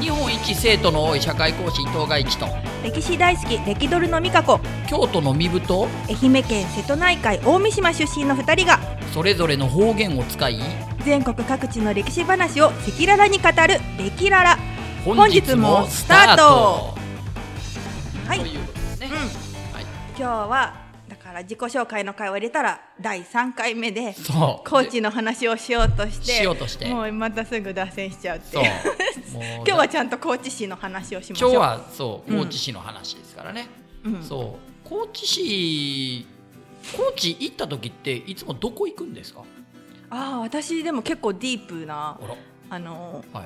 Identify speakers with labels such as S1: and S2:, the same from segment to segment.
S1: 日本一生徒の多い社会講師伊藤が一と
S2: 歴史大好き歴ドルの美香子
S1: 京都の身太
S2: 愛媛県瀬戸内海大三島出身の2人が
S1: それぞれの方言を使い
S2: 全国各地の歴史話を赤裸々に語る「べきらら」本日もスタートは、
S1: はいい、
S2: う
S1: と
S2: ん、
S1: いうこ
S2: 今
S1: とですね、はい、
S2: 日はだから自己紹介の回を入れたら第3回目で
S1: そう
S2: コーチの話をしようとして
S1: しようとして
S2: もうまたすぐ脱線しちゃうって
S1: そう
S2: いう
S1: もう
S2: 今日はちゃんとコーチ氏の話をしまし
S1: 今
S2: ょう
S1: 日はそう
S2: うん
S1: 高知市の話ですからね、
S2: うん
S1: そう高知市高知行った時っていつもどこ行くんですか
S2: ああ私でも結構ディープな
S1: あら
S2: あの
S1: はい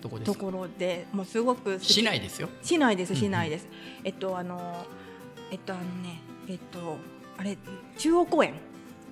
S1: どこです
S2: と
S1: か
S2: ころでもうすごく好き
S1: 市内ですよ
S2: しないです
S1: うん
S2: しないです、えっとあのえっとあのねえっとあれ中央公園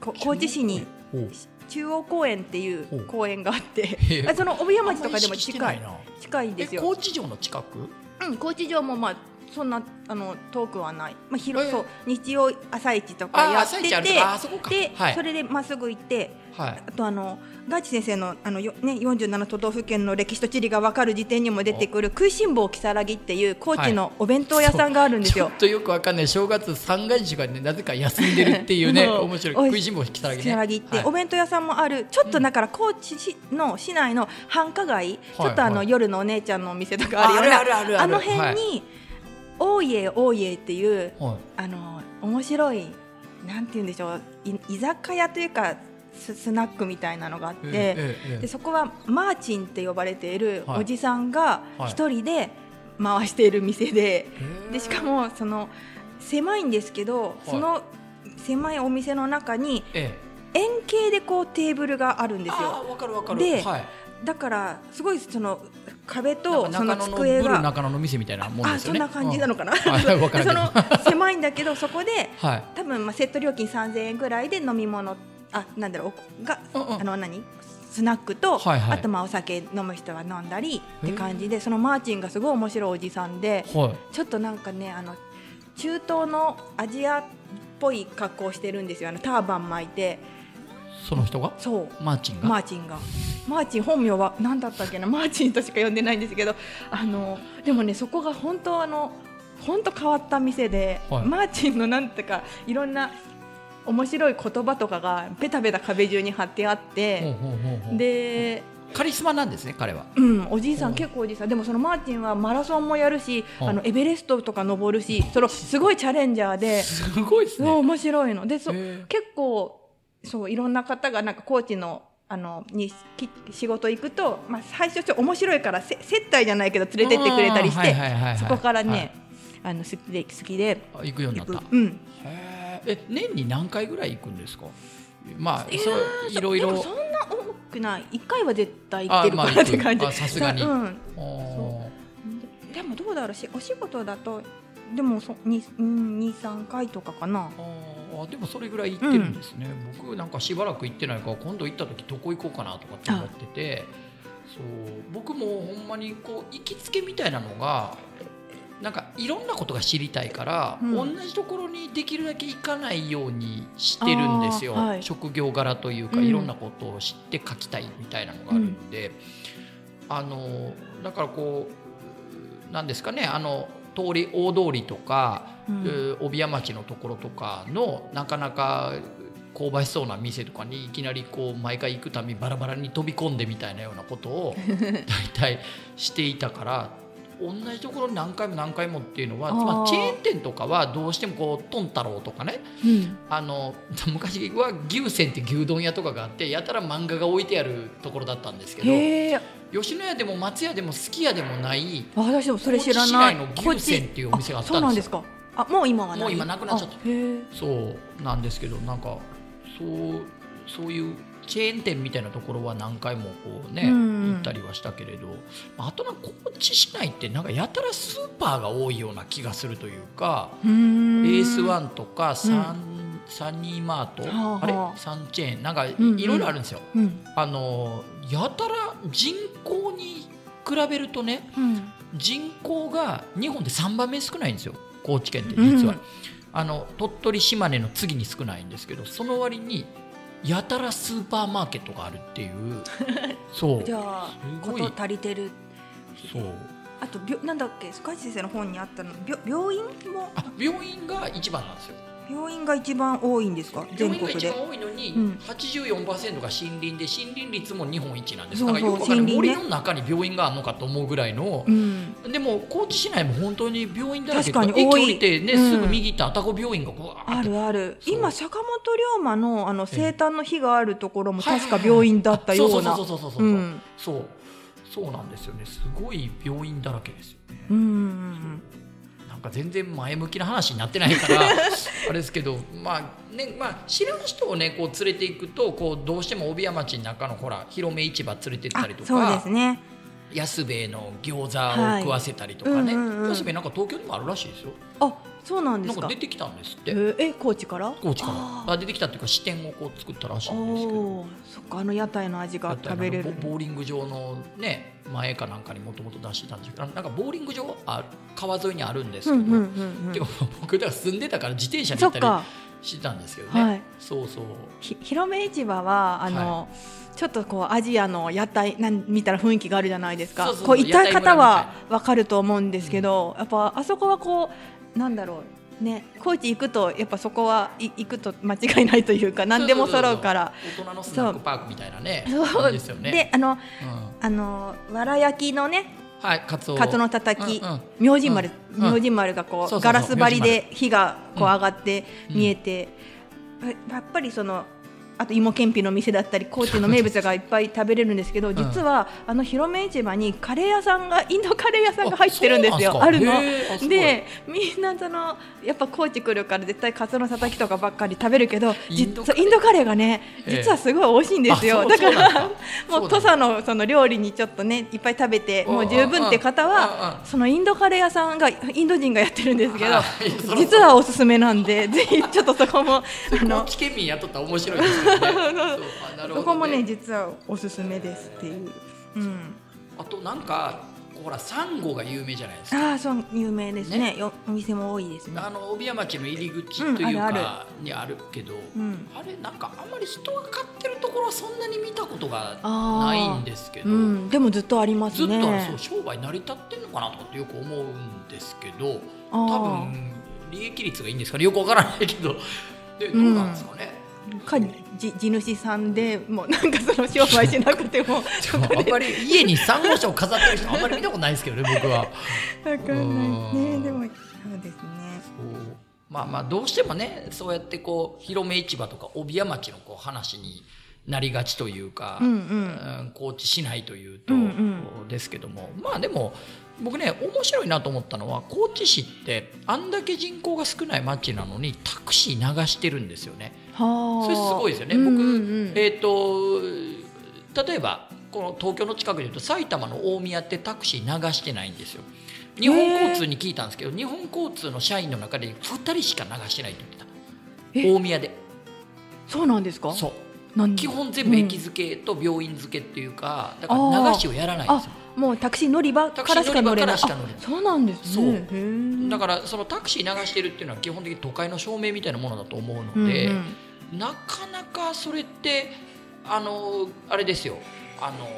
S2: こ高知市に
S1: おう
S2: 中央公園ってい
S1: ほう
S2: う公園があって
S1: へえ
S2: あその帯屋町
S1: あ
S2: と
S1: んま
S2: か
S1: 意
S2: でも
S1: 識して
S2: 近
S1: ないな
S2: 近いんです
S1: え
S2: よ
S1: 高、知城の近く
S2: うん、高知城もまあそんなあの遠くはない、まあ、広
S1: え
S2: そう日曜朝市とか
S1: あ
S2: や
S1: あ
S2: っ
S1: 朝
S2: て
S1: 市ある
S2: て
S1: とかあそこか
S2: で、
S1: はい
S2: それでまっすぐ行って
S1: はい
S2: あとあのガチ先生のあのよ、ね、47都道府県の歴史と地理が分かる辞典にも出てくる食いしん坊きさらぎっていう高知のお弁当屋さんがあるんです
S1: ちょ
S2: よ
S1: っ。とよくわかんない正月三が日がねなぜか休んでるっていうね
S2: そう
S1: 面白い
S2: おい
S1: 食いしん坊引きさらぎね
S2: きさらぎって、
S1: はい
S2: お弁当屋さんもあるちょっとだから高知市の市内の繁華街、ちょっとあの、
S1: はい
S2: 夜のお姉ちゃんのお店とかある
S1: あ
S2: よう
S1: る
S2: な
S1: あるある
S2: あの辺に、
S1: はい
S2: 大家大家っていう
S1: はい
S2: あの面白いなんて言うんでしょうい居酒屋というかススナックみたいなのがあって。
S1: ええええ
S2: でそこはマーチンって呼ばれている
S1: はい
S2: おじさんが
S1: はい
S2: 一人で回している店
S1: え
S2: で,、
S1: え
S2: でしかもその狭いんですけど、その狭いお店の中に
S1: ええ
S2: 円形でこうテーブルがあるんです
S1: あ
S2: よ
S1: ーわかるわかる
S2: で
S1: はい
S2: だからすごいその壁
S1: な
S2: と
S1: ん
S2: そ
S1: か
S2: の
S1: 中野の
S2: 机
S1: ブル
S2: が
S1: 中野の店みたいなもん
S2: あ
S1: です
S2: そ
S1: よ
S2: ん
S1: ね
S2: な感じなのかな、
S1: うん はいわかる
S2: その狭いんだけどそこで
S1: うんはい
S2: 多分まあセット料金3000円ぐらいで飲み物あなんだろうおが
S1: うんうん
S2: あの何スナックと、
S1: はいはい
S2: あとまあお酒飲む人は飲んだり
S1: へ
S2: っ
S1: ー
S2: て感じでそのマーチンがすごい面白いおじさんで
S1: はい
S2: ちょっとなんかねあの中東のアジアっぽい格好をしてるんですよあのターバン巻いて
S1: その人が
S2: そう
S1: マーチンが
S2: マーチンがマーチン本名は何だったっけなマーチンとしか呼んでないんですけどあのでもねそこが本当あの本当変わった店で、
S1: はい
S2: マーチンのなんてかいろんな面白い言葉とかがベタベタ壁中に貼ってあっ
S1: ほう
S2: て、
S1: ほうほうほう
S2: で、
S1: カリスマなんですね彼は
S2: うん、おじいさ
S1: うん
S2: ん結構おじいさんでもそのマーチンはマラソンもやるし、
S1: はい
S2: あのエベレストとか登るしそのすごいチャレンジャーで。
S1: すごいです
S2: そう
S1: ね
S2: 面白いのでそ
S1: へー
S2: 結構そういろんな方がなんか高知のあのにき仕事行くと、まあ、最初ちょっと面白いからせ接待じゃないけど連れてってくれたりして、
S1: うんはいはいはいはい
S2: そこからね、あの好きで好きで
S1: あ行くようにな
S2: 行
S1: った
S2: く、うん、
S1: へーえ年に何回ぐらい行くんですかまあ
S2: いやー
S1: そういろい
S2: でも
S1: ろ
S2: そんな多くない一回は絶対行ってるか
S1: あまあ
S2: らって感じ
S1: 行くあさすがに
S2: うん、
S1: おー
S2: ででもどうだろうしお仕事だとでもそにうん二三回とかかな
S1: あーでもそれぐらい行ってるんですね、僕なんかしばらく行ってないから今度行った時どこ行こうかなとかって思っててそう僕もほんまにこう行きつけみたいなのがなんかいろんなことが知りたいから、
S2: うん
S1: 同じところにできるだけ行かないようにしてるんですよ、
S2: あーはい
S1: 職業柄というか、
S2: うん
S1: いろんなことを知って書きたいみたいなのがあるんで、あのだからこうなんですかねあの通り大通りとか
S2: うん
S1: えー帯屋町のところとかのなかなか香ばしそうな店とかにいきなりこう毎回行くたびバラバラに飛び込んでみたいなようなこと を大体していたから同じところに何回も何回もっていうのは
S2: あー
S1: まあ、チェーン店とかはどうしてもこうとん太郎とかね
S2: うん
S1: あの 昔は牛仙って牛丼屋とかがあってやたら漫画が置いてあるところだったんですけど
S2: へえ
S1: 吉野家でも松屋でもすき家でもない
S2: あ私でもそれ知らない
S1: 高知市内の牛仙っていうお店があったんですよ
S2: そうなんですかあもう今はない
S1: もう今なくなっちゃった
S2: あへえ
S1: そうなんですけどなんかそうそういうチェーン店みたいなところは何回もこうね、
S2: うんうん
S1: 行ったりはしたけれどまああとなんか高知市内ってなんかやたらスーパーが多いような気がするというか、
S2: うーん
S1: エースワンとかサン,、サニーマート、
S2: はあは
S1: あ
S2: あ
S1: れサンチェーンなんかい,、
S2: んうん
S1: ろいろあるんですよ。
S2: うん
S1: あのやたら人口に比べるとね
S2: うん
S1: 人口が日本で3番目少ないんですよ高知県って実は、
S2: うん
S1: あの鳥取島根の次に少ないんですけどその割にやたらスーパーマーケットがあるっていう そう
S3: じゃあ
S1: す
S3: こ
S1: ごい
S3: と足りてる
S1: そう
S2: あとびょなんだっけ深橋先生の本にあったのびょ病院も
S1: あ病院が一番なんですよ
S2: 病院が一番多いんですか全
S1: 病院が
S2: 国
S1: 一
S2: で
S1: 番多いのに、
S2: うん
S1: 84%が森林で森林率も日本一なんです
S2: そうそ
S1: だ
S2: う
S1: からよくわかる、
S2: 森林
S1: 森
S2: ね
S1: の中に病院があるのかと思うぐらいの
S2: う、ん
S1: でも高知市内も本当に病院だらけ
S2: 確かに多い
S1: 駅降りてね、
S2: うん
S1: すぐ右行ったあたこ病院がこう
S2: あるある
S1: そう
S2: 今坂本龍馬のあの生誕の日があるところも
S1: はい
S2: 確か病院だったような
S1: そうそうそうそうそうそ
S2: う
S1: う、
S2: ん
S1: そうそうなんですよねすごい病院だらけですよね
S2: うんうん
S1: なんか全然前向きな話になってないから あれですけど、まあねまあ、知らん人を、ね、こう連れていくとこうどうしても帯屋町の中のほら広め市場連れてった
S2: あ
S1: りと
S2: そうで
S1: か、
S2: すね
S1: 安兵衛の餃子を食わせたりとかね、
S2: はいうんうんうん
S1: 安兵衛なんか東京にもあるらしいですよ
S2: あそうなんで
S1: なん
S2: す
S1: か
S2: か
S1: 出てきたんですっ
S2: え
S1: て
S2: ーえ高知から
S1: 高知か
S3: あ
S1: らあ出てきたっていうか支店をこう作ったらしいんですけど。
S2: おおーそっかあの屋台の味が食べれ
S1: だっ
S2: る
S1: てあのボボーリング場のね前かなんかにもともと出してたんですけどあのなんかボーリング場あ川沿いにあるんです
S2: う
S1: け
S2: ん
S1: ど、
S2: うんうんう
S1: で
S2: ん
S1: も僕だから住んでたから自転車で
S2: そ
S1: 行
S2: っ
S1: ったり
S2: か
S1: してたんですけどね、
S2: はい
S1: そうそう
S2: ひ広め市場はあの、ちょっとこうアジアの屋台なんみたいな雰囲気があるじゃないですか
S1: そうそうそう
S2: こう行った方
S1: 屋台村み
S2: はわかると思うんですけど、やっぱあそこはこうなんだろうね高知行くとやっぱそこはい行くと間違いないというか何でも揃うから。
S1: 大人のスナックパークみたいなね
S2: そう
S1: 感じですよね
S2: であの
S1: うん
S2: あのわら焼きのね
S1: はいカツオ
S2: カツのたたき、
S1: うんうん
S2: 明神丸、
S1: うんうん
S2: 明神丸がこう
S1: そうそうそう
S2: ガラス張りで火がこう上がって
S1: うん
S2: 見えて、ややっぱりそのあと芋けんぴの店だったり高知の名物がいっぱい食べれるんですけど
S1: ん
S2: 実はあの広め市場にカレー屋さんがインドカレー屋さんが入ってるんですよあ
S1: そうな
S2: る
S1: んすか
S2: の。
S1: へーあすごい
S2: でみんなそのやっぱ高知来るから絶対カツのたたきとかばっかり食べるけど
S1: イ
S2: じ
S1: ンドカ
S2: そう
S1: レー
S2: インドカレーがね
S1: ええ
S2: 実はすごい美味しいんですよ、
S1: あそう
S2: だか
S1: そうな
S2: ら
S1: んだ
S2: もう土佐のその料理にちょっとねいっぱい食べてもう十分って方は
S1: は
S2: そのインドカレー屋さんがインド人がやってるんですけど
S1: あいやそろそろ
S2: 実はおすすめなんで ぜひちょっとそこもあ
S1: 高
S2: の
S1: 知県民雇ったら面白いです よねそうあなるほど
S2: そこもね実はおすすめですっていう、うん、
S1: あとなんかほらサンゴが有名じゃないですか
S2: ああそう有名ですね
S1: ね
S2: よお店も多いですね
S1: あの帯屋町の入り口という
S2: うんある
S1: かにあるけど、
S2: うん
S1: あれなんかあんまり人が買ってるところはそんなに見たことが
S2: あー
S1: ないんですけど、
S2: うん、でもずっとあります
S1: ずっと
S2: ね
S1: あのそう商売成り立ってんのかなとかってよく思うんですけど
S2: あ
S1: 多
S2: ー
S1: 分利益率がいいんですかねよくわからないけどでどうなんですかね、
S2: かじ地主さんでもうなんかその商売しなくて も
S1: でもあんまり家に珊瑚礁を飾ってる人あんまり見たことないですけどね僕は。
S2: わかんな
S1: あ
S2: いね
S1: ー
S2: でもそうですね
S1: そうまあまあどうしてもねそうやってこう広め市場とか帯屋町のこう話になりがちというか、
S2: うん
S1: うん高知市内というと、
S2: うん
S1: ですけどもまあでも僕ね面白いなと思ったのは高知市ってあんだけ人口が少ない町なのにタクシー流してるんですよね。
S2: はあ
S1: それすごいですよね。
S2: うん
S1: 僕、
S2: うんうん
S1: えっ、と例えばこの東京の近くで言うと埼玉の大宮ってタクシー流してないんですよ。日本交通に聞いたんですけど、日本交通の社員の中で2人しか流してないって言って
S2: え
S1: た大宮で
S2: そうなんですか
S1: そう
S2: なん
S1: 基本全部駅付けと病院付けっていうかだから
S2: あー
S1: 流しをやらないんですよ
S2: もうタクシー乗り場からしか乗れない
S1: タクシー乗り場からしか乗れない
S2: あそうなんです
S1: そう
S2: ねそう
S1: だ
S2: か
S1: からそのタクシー流してるっていうのは基本的に都会の照明みたいなものだと思う
S2: うん
S1: の
S2: うん
S1: で、なかなかそれってあのあれですよあの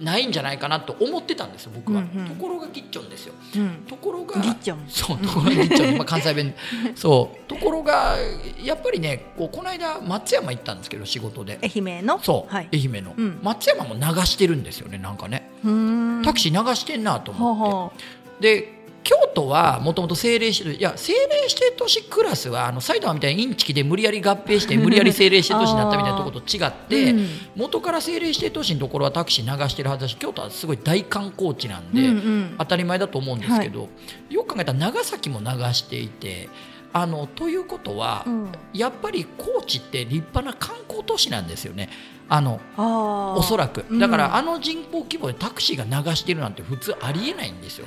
S1: ないんじゃないかなと思ってたんですよ僕は、
S2: うんうん
S1: ところがギッチョンですよ
S2: うん
S1: ところが
S2: ぎっちゃん
S1: そうところがギッチョン、まあ、関西 弁そうところがやっぱりねこうこの間松山行ったんですけど仕事で
S2: 愛媛の
S1: そう、
S2: はい
S1: 愛媛の、
S2: うん
S1: 松山も流してるんですよねなんかねタ
S2: タ
S1: ク
S2: シ
S1: シー流してんなと
S2: ー
S1: 思って、
S2: は
S1: で京都はもともと政令指定いや政令指定都市クラスはあの埼玉みたいにインチキで無理やり合併 して無理やり政令指定都市になったみたいなところと違っ
S2: あ
S1: て、
S2: うん
S1: 元から政令指定都市のところはタクシー流してるはずだし京都はすごい大観光地なんで、
S2: うんうん
S1: 当たり前だと思うんですけど、よく考えたら長崎も流していてあのということは、
S2: うん
S1: やっぱり高知って立派な観光都市なんですよね。あの
S2: あ
S1: おそ
S2: ら
S1: らく
S2: うん
S1: だから、あの人口規模でタクシーが流してるなんて普通ありえないんですよ。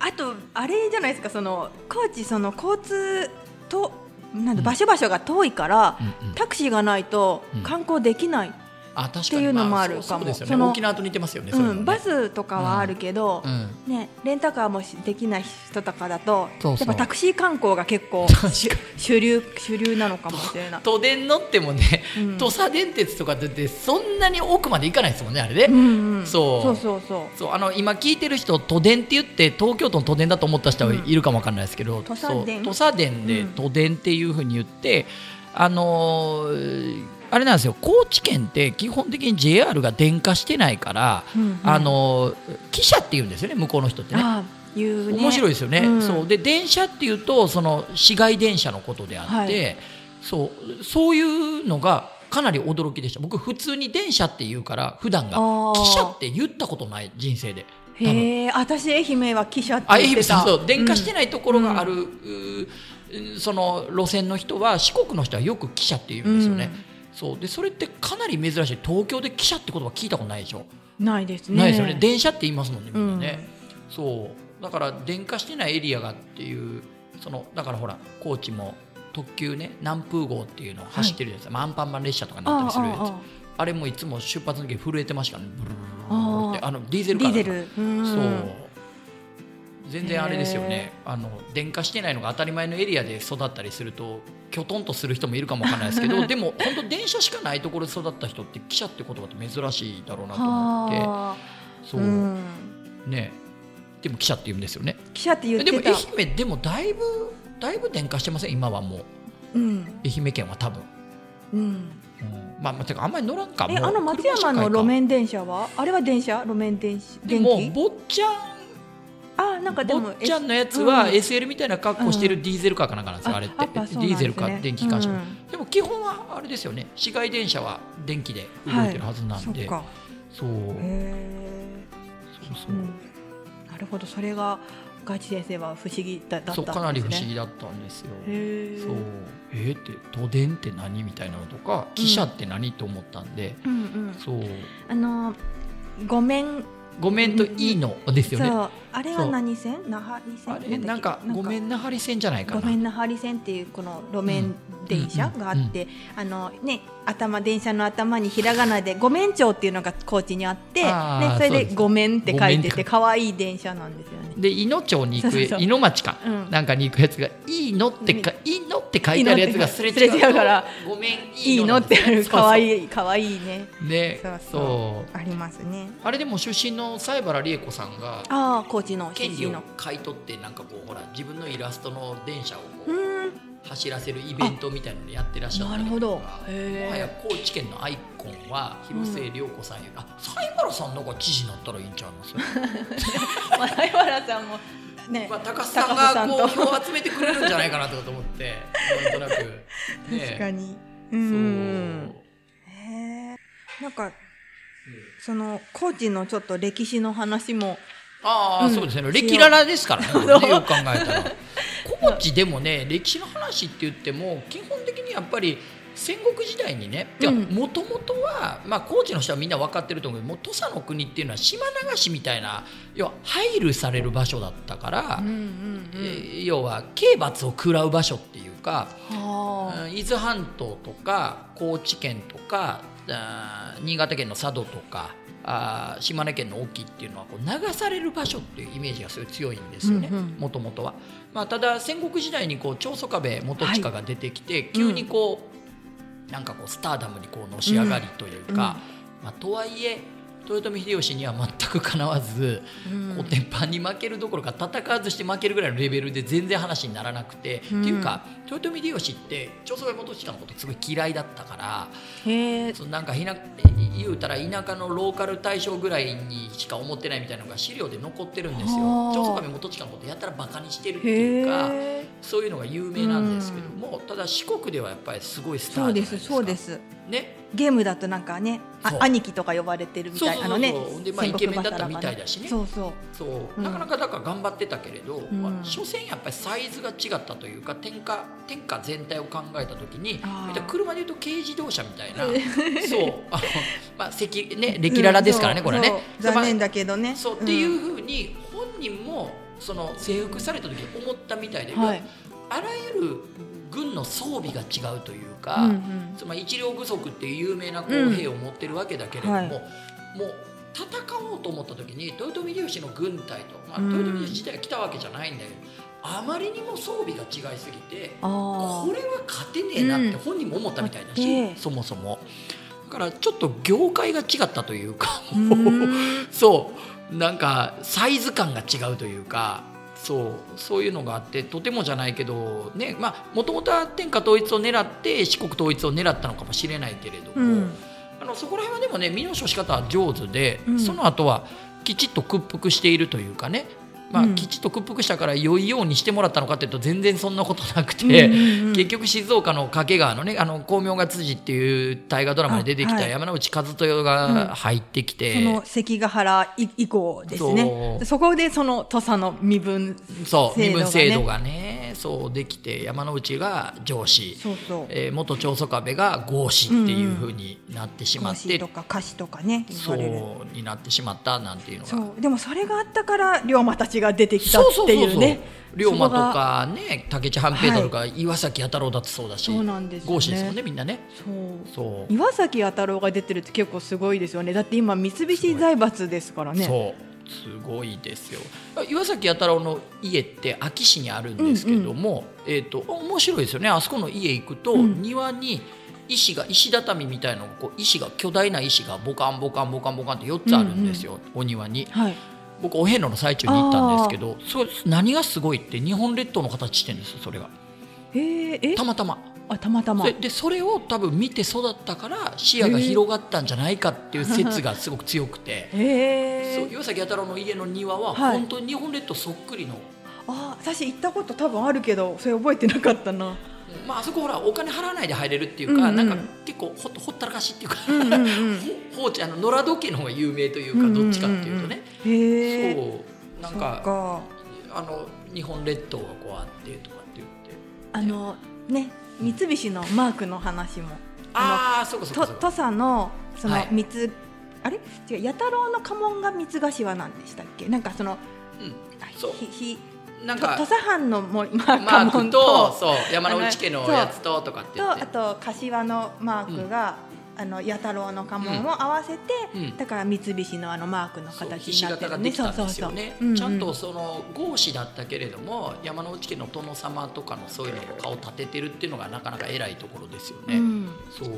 S2: あとあれじゃないですかその高知その交通となん
S1: う
S2: だ
S1: ん
S2: 場所場所が遠いから
S1: うんうん
S2: タクシーがないと
S1: うん
S2: 観光できない
S1: あ確かに
S2: っていうのもある
S1: まそうそ
S2: かも
S1: うですよね
S2: その
S1: 沖縄と似てますよねそれ
S2: う
S1: もね
S2: ん、バスとかはあるけど、
S1: うん
S2: ね、レンタカーもしできない人とかだと
S1: そうそう
S2: やっぱタクシー観光が結構
S1: 確かに
S2: 主流主流なのかもしれない。
S1: 都電乗ってもね、
S2: うん
S1: 土佐電鉄とかっててそんなに奥まで行かないですもんねあれね、
S2: うんうん、
S1: そう
S2: そうそうそう
S1: そうあの今聞いてる人都電って言って東京都の都電だと思った人はいるかもわかんないですけど、
S2: 土佐電
S1: そう土佐電で
S2: うん
S1: 都電っていうふうに言って、あのーあれなんですよ高知県って基本的に JR が電化してないから、
S2: うんうん
S1: あのー汽車っていうんですよね向こうの人ってね。
S2: ああいうね
S1: 面白いですよね、
S2: うん
S1: そうで電車っていうとその市街電車のことであって、
S2: はい
S1: そうそういうのがかなり驚きでした僕普通に電車って言うから普段が
S2: あー
S1: 汽車って言ったことない人生で多分
S2: へえ私愛媛は汽車って
S1: あ
S2: 言ってた
S1: そうそう電化して
S2: ない、
S1: ないところがある、うーその路線の人は四国の人はよく汽車って言うんですよね、そうでそれってかなり珍しい東京で汽車って言葉聞いたことないでしょ、
S2: うんないですね
S1: ないですよね電車って言いますもんねみんなね、
S2: うん
S1: そうだから電化してないエリアがっていうそのだからほら高知も特急ね南風号っていうのを走ってるやつ、まあアンパンマン列車とかに
S2: あ
S1: なった
S2: あ
S1: りするやつあ
S2: ああ
S1: れもいつも出発の時震えてましたからねブルルルルルルって
S2: あー
S1: あのディーゼル
S2: ディ
S1: カー
S2: ーゼ
S1: だか
S2: ルうん
S1: らそう全然あれですよねあの電化してないのが当たり前のエリアで育ったりするときょとんとする人もいるかもわからないですけ どでも本当電車しかないところで育った人って汽車って言葉って珍しいだろうなと思って
S2: はあ
S1: そう、
S2: ん、
S1: ねでも記者って言うんですよね
S2: 汽車って言っ
S1: でも
S2: てた
S1: 愛媛でもだいぶだいぶ電化してません今はもう
S2: うん
S1: 愛媛県は多分、
S2: うん
S1: うん、まあまあてかあんまり乗らんか
S2: え
S1: もう
S2: あの松山の路面電車はあれは電車路面電子
S1: で
S2: 電
S1: も
S2: 気
S1: 坊ちゃん
S2: あなんかで
S1: 坊
S2: も
S1: ちゃんのやつは
S2: うん
S1: SL みたいな格好してるディーゼルカーかなんかなんですよ、あれって
S2: やぱそうなん
S1: ディー
S2: ですね
S1: ゼルカー電気機関車、
S2: うん
S1: でも基本はあれですよね市街電車は電気で動いてるはずな
S2: そ
S1: ん
S2: っ
S1: で、
S2: か
S1: そう
S2: へえ
S1: そうそううん
S2: なるほどそれがガチ先生は不思議だだったんです
S1: そう
S2: ね
S1: かなり不思議だったんですよ
S2: へえ
S1: そうえー、って都電って何みたいなのとか汽車って何と思ったんで、
S2: うんうん
S1: そう
S2: あのごめん
S1: ごめんといいのですよね、
S2: そうあれは何線那覇
S1: あ
S2: 線
S1: れなんかごめ
S2: ん
S1: んな張り線じゃないか
S2: ご
S1: な
S2: めんなハリ線っていうこの路面電車
S1: うん
S2: があって、あのね頭電車の頭にひらがなでごめん町っていうのが高知にあって、
S1: あー
S2: ね、そ
S1: そう
S2: れ
S1: で
S2: ですごめんって書いて
S1: ごめんって
S2: て可愛い電車なんですよね。
S1: で伊野町に行く
S2: そうそうそう
S1: 伊野町か、
S2: うん
S1: なんかに行くやつが「いいの?」ってか「いいの?」って書いてあるやつがすれ
S2: いいのって
S1: 違うと
S2: すれ違うから
S1: 「ごめんい
S2: い
S1: い
S2: い
S1: の
S2: の
S1: なん
S2: って
S1: です
S2: あ
S1: ね」
S2: る可
S1: い
S2: 愛い可愛いね
S1: ね
S2: そうそう
S1: そう
S2: ありますね。
S1: あれでも出身の西原理恵子さんが
S2: ああ高知の
S1: 権
S2: 出
S1: 利
S2: 身
S1: を
S2: の。
S1: 買い取ってなんかこうほら自分のイラストの電車をこ
S2: う
S1: う
S2: ーん
S1: 走らせるイベントみたいなのやってらっしゃったり
S2: なる
S1: とか
S2: ほど。
S1: もはや
S2: へ
S1: 高知県のアイコンは広末涼子さんや、あ西原さんなんか記事になったらいいんちゃい ます
S2: え。まあ相原さんもね
S1: まあ高須さんがこう票を集めてくれるんじゃないかなとかと思ってなんとな く、ね、
S2: 確かに。う。
S1: そうん
S2: へえ。なんかその高知のちょっと歴史の話も。
S1: ああ、
S2: うん
S1: そうですね歴ララですからねこ
S2: う
S1: れねよく考えたら高知でもね歴史の話って言っても基本的にやっぱり戦国時代にね
S2: うん
S1: もともとは、まあ、高知の人はみんな分かってると思うけどもう土佐の国っていうのは島流しみたいな要は配慮される場所だったから、
S2: うん
S1: え
S2: うんうん。
S1: ー要は刑罰を食らう場所っていうか、
S2: はあ。
S1: うん伊豆半島とか高知県とかあー新潟県の佐渡とかあー島根県の隠岐っていうのはこう流される場所っていうイメージがすごい強いんですよね
S2: うんうん
S1: もともとは、まあ、ただ戦国時代にこう長宗我部元親が出てきて、急
S2: うん
S1: にこう、なんかこうスターダムにこうのし上がりというか、まあ、とはいえ豊臣秀吉には全くかなわず、
S2: うん
S1: こう鉄板に負けるどころか戦わずして負けるぐらいのレベルで全然話にならなくて、
S2: うん
S1: っていうか豊臣秀吉って長宗我元親のことすごい嫌いだったから
S2: へえ。
S1: そのなんかひな言うたら田舎のローカル大将ぐらいにしか思ってないみたいなのが資料で残ってるんですよ
S2: はあ
S1: 長宗我元親のことやったらバカにしてるっていうか
S2: へえ。
S1: そういうのが有名なんですけども、ただ四国ではやっぱりすごいスタ
S2: そ
S1: ー
S2: う
S1: じゃ
S2: で
S1: ないです
S2: す
S1: か
S2: そうです。
S1: ね
S2: ゲームだとなんかね
S1: そう
S2: あ兄貴とか呼ばれてるみたい
S1: そうそう
S2: あ
S1: そ
S2: の
S1: う
S2: ね
S1: でまあ
S2: 戦国
S1: イケメンだった
S2: バサラが
S1: みたいだしね
S2: そうそう
S1: そう、
S2: うん
S1: なかなかだから頑張ってたけれど、
S2: ん
S1: まあ、所詮やっぱりサイズが違ったというか天下天下全体を考えた時に
S2: あー
S1: みたいな車でいうと軽自動車みたい なそうあの、まあ、赤ね歴ララですからね、
S2: うん
S1: これはね
S2: そう。
S1: そうまあ
S2: 残念だけどね
S1: そうっていうふうに本人もその征服された時に思ったみたいで、
S2: んはい
S1: あらゆる軍の装備が違うというか、
S2: うんうん
S1: つまり一両具足っていう有名な公兵を持ってるわけだけれども、
S2: はい
S1: もう戦おうと思った時に豊臣秀吉の軍隊と、まあ、
S2: うん
S1: 豊臣秀吉自体は来たわけじゃないんだけど、あまりにも装備が違いすぎて
S2: あ
S1: これは勝てねえなって本人も思ったみたいだし、
S2: うん
S1: そもそも。だからちょっと業界が違ったというか
S2: あ。うーん
S1: そうなんかサイズ感が違うというかそうそういうのがあってとてもじゃないけどねまあもともとは天下統一を狙って四国統一を狙ったのかもしれないけれども、
S2: うん
S1: あのそこら辺はでもね身の処し方は上手で、
S2: うん
S1: その後はきちっと屈服しているというかね、まあ
S2: うん
S1: きちっと屈服したから良いようにしてもらったのかっていうと全然そんなことなくて。
S2: うんうん
S1: 結局静岡の掛川のね「あの光明が辻」っていう大河ドラマに出てき
S2: あ
S1: た
S2: はい
S1: 山内和豊が入ってきて、
S2: その関ヶ原以以降ですね
S1: そう
S2: そこでその土佐の身分
S1: そう身分
S2: 制度がね
S1: 制度がねそうできて山之内が上司、
S2: そうそう
S1: えー元長宗我部が合司っていうふうになってしまっ
S2: 講師
S1: て、
S2: とか歌詞とかね言
S1: そ
S2: われる
S1: うになってしまったなんていうのが
S2: そうでもそれがあったから龍馬たちが出てきたっ
S1: そうそう
S2: て
S1: そ
S2: いうう
S1: そう
S2: ね
S1: 龍馬とかね武市半平太とか岩崎弥太郎だってそうだし、
S2: そうなんですよね
S1: 合司ですもんねみんなね
S2: そう
S1: そう
S2: 岩崎弥太郎が出てるって結構すごいですよねだって今三菱財閥ですからね
S1: そうすごいですよ岩崎弥太郎の家って安芸市にあるんですけども、えー、と面白いですよねあそこの家行くと、
S2: うん
S1: 庭に石が石畳みたいなのがこう石が巨大な石がボカンボカンボカンボカンって4つあるんですよ、お庭に
S2: はい
S1: 僕お遍路の最中に行ったんですけどそれ何がすごいって日本列島の形してるんですよそれが
S2: えー、え
S1: たまたま
S2: あたまたま
S1: それでそれを多分見て育ったから視野が広がったんじゃないかっていう説がすごく強くて。
S2: え
S1: そう
S2: ー、
S1: 岩崎弥太郎の家の庭は
S2: はい
S1: 本当に日本列島そっくりの、
S2: あ私行ったこと多分あるけどそれ覚えてなかったな
S1: まあ、あそこほらお金払わないで入れるっていうか、
S2: うんう
S1: なんんか結構ほっほったらかしっていうか、
S2: うんうんうん
S1: ほ放置あの野良時計の方が有名というか、
S2: うんうんうんう
S1: ど
S2: ん
S1: っちかっていうとね、
S2: へえ
S1: そうなん
S2: そっ
S1: か
S2: か
S1: あの日本列島がこうあってとかって言って
S2: あのね三菱のマークの話も
S1: ああそうかそう
S2: と
S1: かそう
S2: 土
S1: か
S2: 佐のその
S1: はい
S2: 三つ、あれ違う弥太郎の家紋が三つ頭なんでしたっけなんかそのあ
S1: そう
S2: ひひ
S1: うん、なん
S2: と土
S1: か
S2: 佐藩のもまあ
S1: マー
S2: 家紋
S1: ク
S2: と
S1: と
S2: と
S1: そう山之内家のやつととかって言っ
S2: あ
S1: て。
S2: と柏のマークが、あの弥太郎の家紋を合わせて、
S1: うん
S2: だから三菱のあのマークの
S1: そう
S2: 形
S1: ひ
S2: に
S1: し
S2: なって
S1: 形
S2: る
S1: が
S2: ね
S1: できたんですよね
S2: そうそうそううんうん
S1: ちゃんとその合祀だったけれども山之内家の殿様とかのそういうのが顔立ててるっていうのがなかなか偉いところですよね。
S2: うん
S1: そう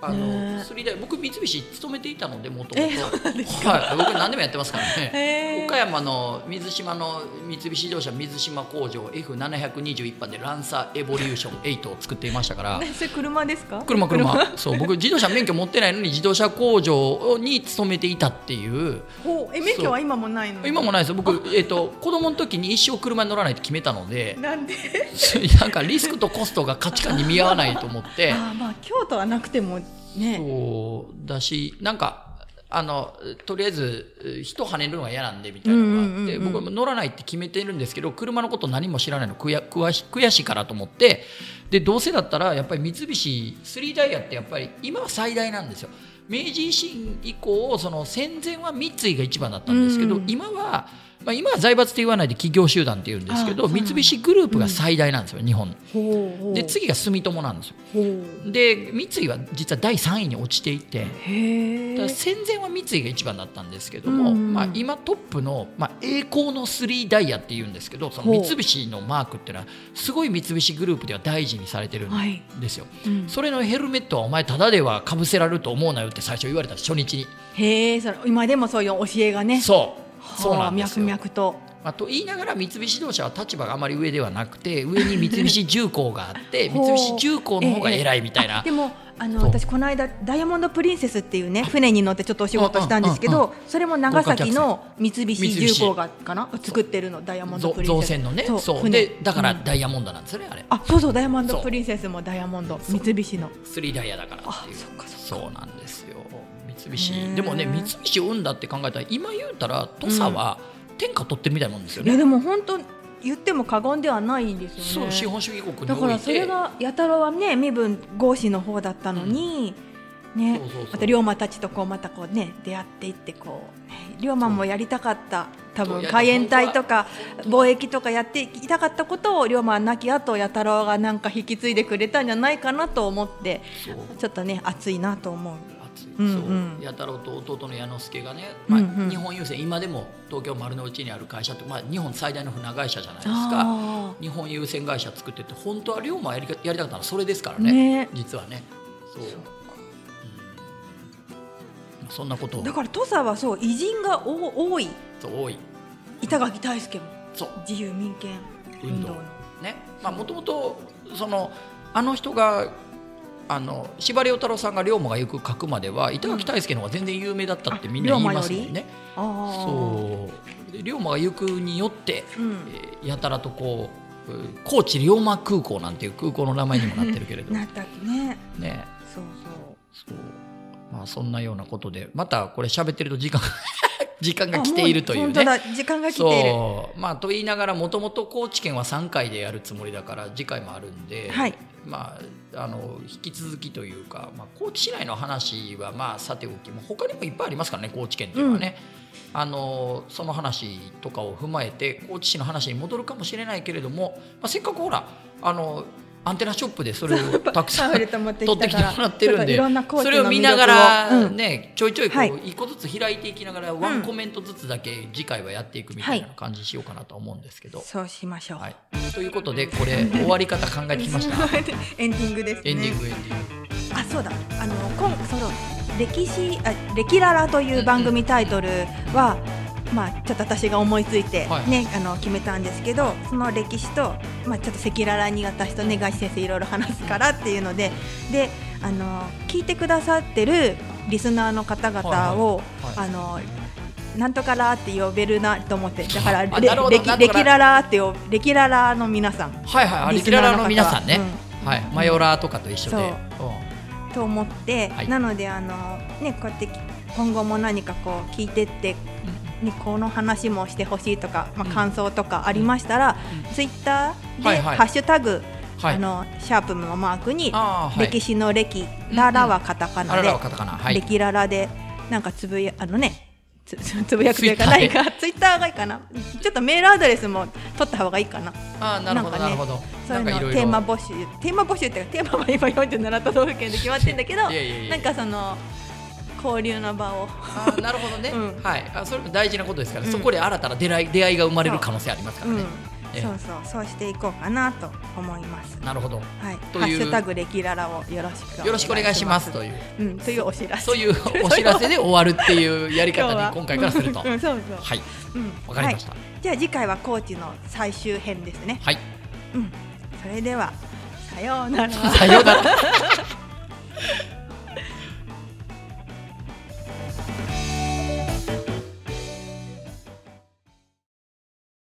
S1: あ
S2: ね
S1: の釣り台僕三菱勤めていたのでもともと
S2: えそうなんですか
S1: はい僕何でもやってますからね。
S2: へー
S1: 岡山の水島の三菱自動車水島工場 F721 番でランサーエボリューション8を作っていましたから
S2: ね それ車ですか
S1: 車車そう僕自動車免許持ってないのに自動車工場に勤めていたっていう
S2: ほうえ免許は今もないの
S1: 今もないですよ僕、えっと子供の時に一生車に乗らないと決めたので
S2: なんで
S1: なんかリスクとコストが価値観に見合わないと思って
S2: あーまあ京都はなくてもね
S1: そうだしなんかあのとりあえずえ人跳ねるのが嫌なんでみたいなのがあって、
S2: うんうんうんうん
S1: 僕はもう乗らないって決めてるんですけど車のこと何も知らないの悔や悔し悔しいからと思ってでどうせだったらやっぱり三菱3ダイヤってやっぱり今は最大なんですよ。明治維新以降その戦前は三井が一番だったんですけど、
S2: うん
S1: 今は、まあ、今は財閥って言わないで企業集団って言うんですけ
S2: あ
S1: ど
S2: そうな
S1: 三
S2: んだ
S1: 菱グループが最大なんですよ、日本
S2: ほうほう
S1: で次が住友なんですよ
S2: ほう
S1: で三井は実は第3位に落ちていて、
S2: へ
S1: だから
S2: え
S1: 戦前は三井が一番だったんですけども、
S2: うんうん
S1: まあ、今トップの、まあ、栄光の3ダイヤっていうんですけどその
S2: ほう
S1: 三菱のマークっていうのはすごい三菱グループでは大事にされてるん
S2: はい、
S1: ですよ。
S2: うん、
S1: それのヘルメットはお前ただではかぶせられると思うなよって最初言われた初日に、
S2: へえそれ今でもそういう教えがね
S1: そうそうなんですよ。
S2: はあ脈々と
S1: まあ、と言いながら三菱自動車は立場があまり上ではなくて上に三菱重工があって
S2: ほ
S1: 三
S2: う
S1: 菱重工の方が偉いみたいな
S2: あでもあの
S1: そう
S2: 私この間ダイヤモンド・プリンセスっていうね船に乗ってちょっとお仕事したんですけ
S1: うんうん
S2: どそれも長崎の三
S1: 三
S2: 菱
S1: 菱
S2: 重工がかな作ってるのダイヤモンド・
S1: ぞ
S2: プリン
S1: 造
S2: セス
S1: 船のね
S2: そ
S1: そうう
S2: 船
S1: でだか
S2: う
S1: ら
S2: ん
S1: ダイヤモンドなんですよねあれ
S2: あそうそうダイヤモンド・
S1: そう
S2: プリンセスもダイヤモンド
S1: そう
S2: 三菱の
S1: スリーダイヤだからっていう
S2: あそっかそ
S1: そうなんですよ三菱
S2: へー
S1: でもね三菱を生んだって考えたら今言うたら土佐は天下取ってるみたいなもんですよ
S2: いや
S1: ね、
S2: でも本当言っても過言ではないんですよ
S1: そう
S2: ね
S1: 資本主義国に
S2: だか
S1: お
S2: ら
S1: い
S2: それ
S1: て
S2: が弥太郎はね身分合子の方だったのに、ね
S1: そうそうそう
S2: また龍馬たちとこうまたこうね出会っていってこうね龍馬もやりたかった
S1: そ
S2: 多
S1: う
S2: 分
S1: いや
S2: 海援隊とか
S1: 本当
S2: 貿易とかやっていきたかったことを龍馬は亡き後弥太郎がなんか引き継いでくれたんじゃないかなと思って
S1: そう
S2: ちょっとね熱いなと思う。
S1: 熱い、
S2: うん
S1: そううん弥太郎と弟の矢之助がね、まあ
S2: うんうん
S1: 日本郵船今でも東京丸の内にある会社って、まあ、日本最大の船会社じゃないですか
S2: あ
S1: 日本郵船会社作ってて本当は龍馬やりかやりたかったのはそれですから
S2: ー
S1: ね
S2: ね
S1: 実はねそう
S2: そう
S1: うんそんなことを
S2: だから土佐はそう偉人がお多い
S1: そう多い
S2: 板垣大輔も
S1: そう
S2: 自由民権運
S1: 運
S2: 動
S1: 動
S2: の
S1: ねまあもともとそのあの人があの司馬遼太郎さんが龍馬がよく書くまでは板垣大輔の方が全然有名だったってみんな言いますもんね。
S2: あー
S1: そうで龍馬が行くによって、
S2: うん
S1: えーやたらとこうえー高知龍馬空港なんていう空港の名前にもなってるけれど
S2: なったっけね
S1: ね
S2: そう
S1: そうまあそんなようなことでまたこれ喋ってると時間が時間
S2: そう
S1: が来ているとい
S2: あ
S1: う
S2: も本
S1: ね。
S2: 当だ時間が来ている
S1: そうまあと言いながらもともと高知県は3回でやるつもりだから次回もあるんで、
S2: はい
S1: まあ、あの引き続きというか、まあ、高知市内の話はまあさておきもう他にもいっぱいありますからね高知県っていうのはね、あのその話とかを踏まえて高知市の話に戻るかもしれないけれども、まあ、せっかくほらあのアンテナショップでそれをたくさん
S2: パンフレット持って
S1: 取って
S2: き
S1: き
S2: た
S1: て
S2: から
S1: もらってるん
S2: ちょっとい
S1: で
S2: ろんな高知
S1: そ
S2: の
S1: れを見なが
S2: 魅力
S1: ら
S2: をうん
S1: ねちょいちょいこ
S2: はいう
S1: 一個ずつ開いていきながらワンコメントずつだけ次回はやっていくみたいな感じにしようかなと思うんですけど。
S2: そうしましょう、
S1: はい、ということでこれ終わり方考えてきま した
S2: エンディングですね
S1: エンディングエンディング。
S2: あそうだあの今その歴史あ歴ララという番組タイトルは、まあちょっと私が思いついて
S1: はい
S2: ね、あの決めたんですけどその歴史とまあちょっと赤裸々に私とねガシ先生いろいろ話すからっていうのでであの聞いてくださってるリスナーの方々を、
S1: はいはい
S2: あのなんとからって呼べるなと思ってだから
S1: あ
S2: レ
S1: なるほど
S2: 歴
S1: なんとか
S2: 歴ララって呼歴ララの皆さん
S1: はいはい、あ
S2: リ
S1: リ
S2: ス
S1: キ
S2: ナ
S1: ラ
S2: ーの
S1: ラ
S2: 方
S1: の皆さんね、
S2: うん
S1: はい、マヨラーとかと一緒で、
S2: そう
S1: うん
S2: と思って、
S1: はい
S2: なのであの、ね、こうやって今後も何かこう聞いてって、ね、この話もしてほしいとか、まあ、
S1: うん
S2: 感想とかありましたら、
S1: う
S2: ツイッター
S1: は
S2: で「
S1: いはい
S2: ハッシュタグ、
S1: はい、
S2: あのシャープのマークに
S1: あー、はい、
S2: 歴史の歴、ララはカタカ
S1: あ
S2: ナ
S1: ら
S2: で
S1: らはカタカナ、はい、
S2: 歴ララでなんかつぶやあのねつ つぶやくというか何か ツイッターがいいかなちょっとメールアドレスも取った方がいいかな
S1: あー、なるほど、
S2: なん
S1: な
S2: かね
S1: るほど、
S2: そういう
S1: なん
S2: の
S1: かいろいろ
S2: テーマ募集テーマ募集っていうかテーマは今47都道府県で決まってんだけど
S1: いやいやいや
S2: なんかその交流の場を
S1: あーなるほどね、
S2: うん
S1: はい、あ、それも大事なことですから、
S2: うん
S1: そこで新たな出会い、出会いが生まれる可能性ありますからね。
S2: う
S1: え
S2: ん、
S1: え
S2: そうそうそうしていこうかなと思います。
S1: なるほど、
S2: はい、
S1: という
S2: ハッシュタグレキララをよろしく
S1: よろしくお願いしますという、
S2: うん、というお知らせ。
S1: そう いうお知らせで終わるっていうやり
S2: 今
S1: 方
S2: 日は
S1: に今回からすると、
S2: う
S1: は
S2: ん、そうそう。
S1: い、
S2: うん
S1: わかりました
S2: は。いじゃあ次回は高知の最終編ですね。
S1: はい、
S2: うん、それではさようなら。
S1: さようなら。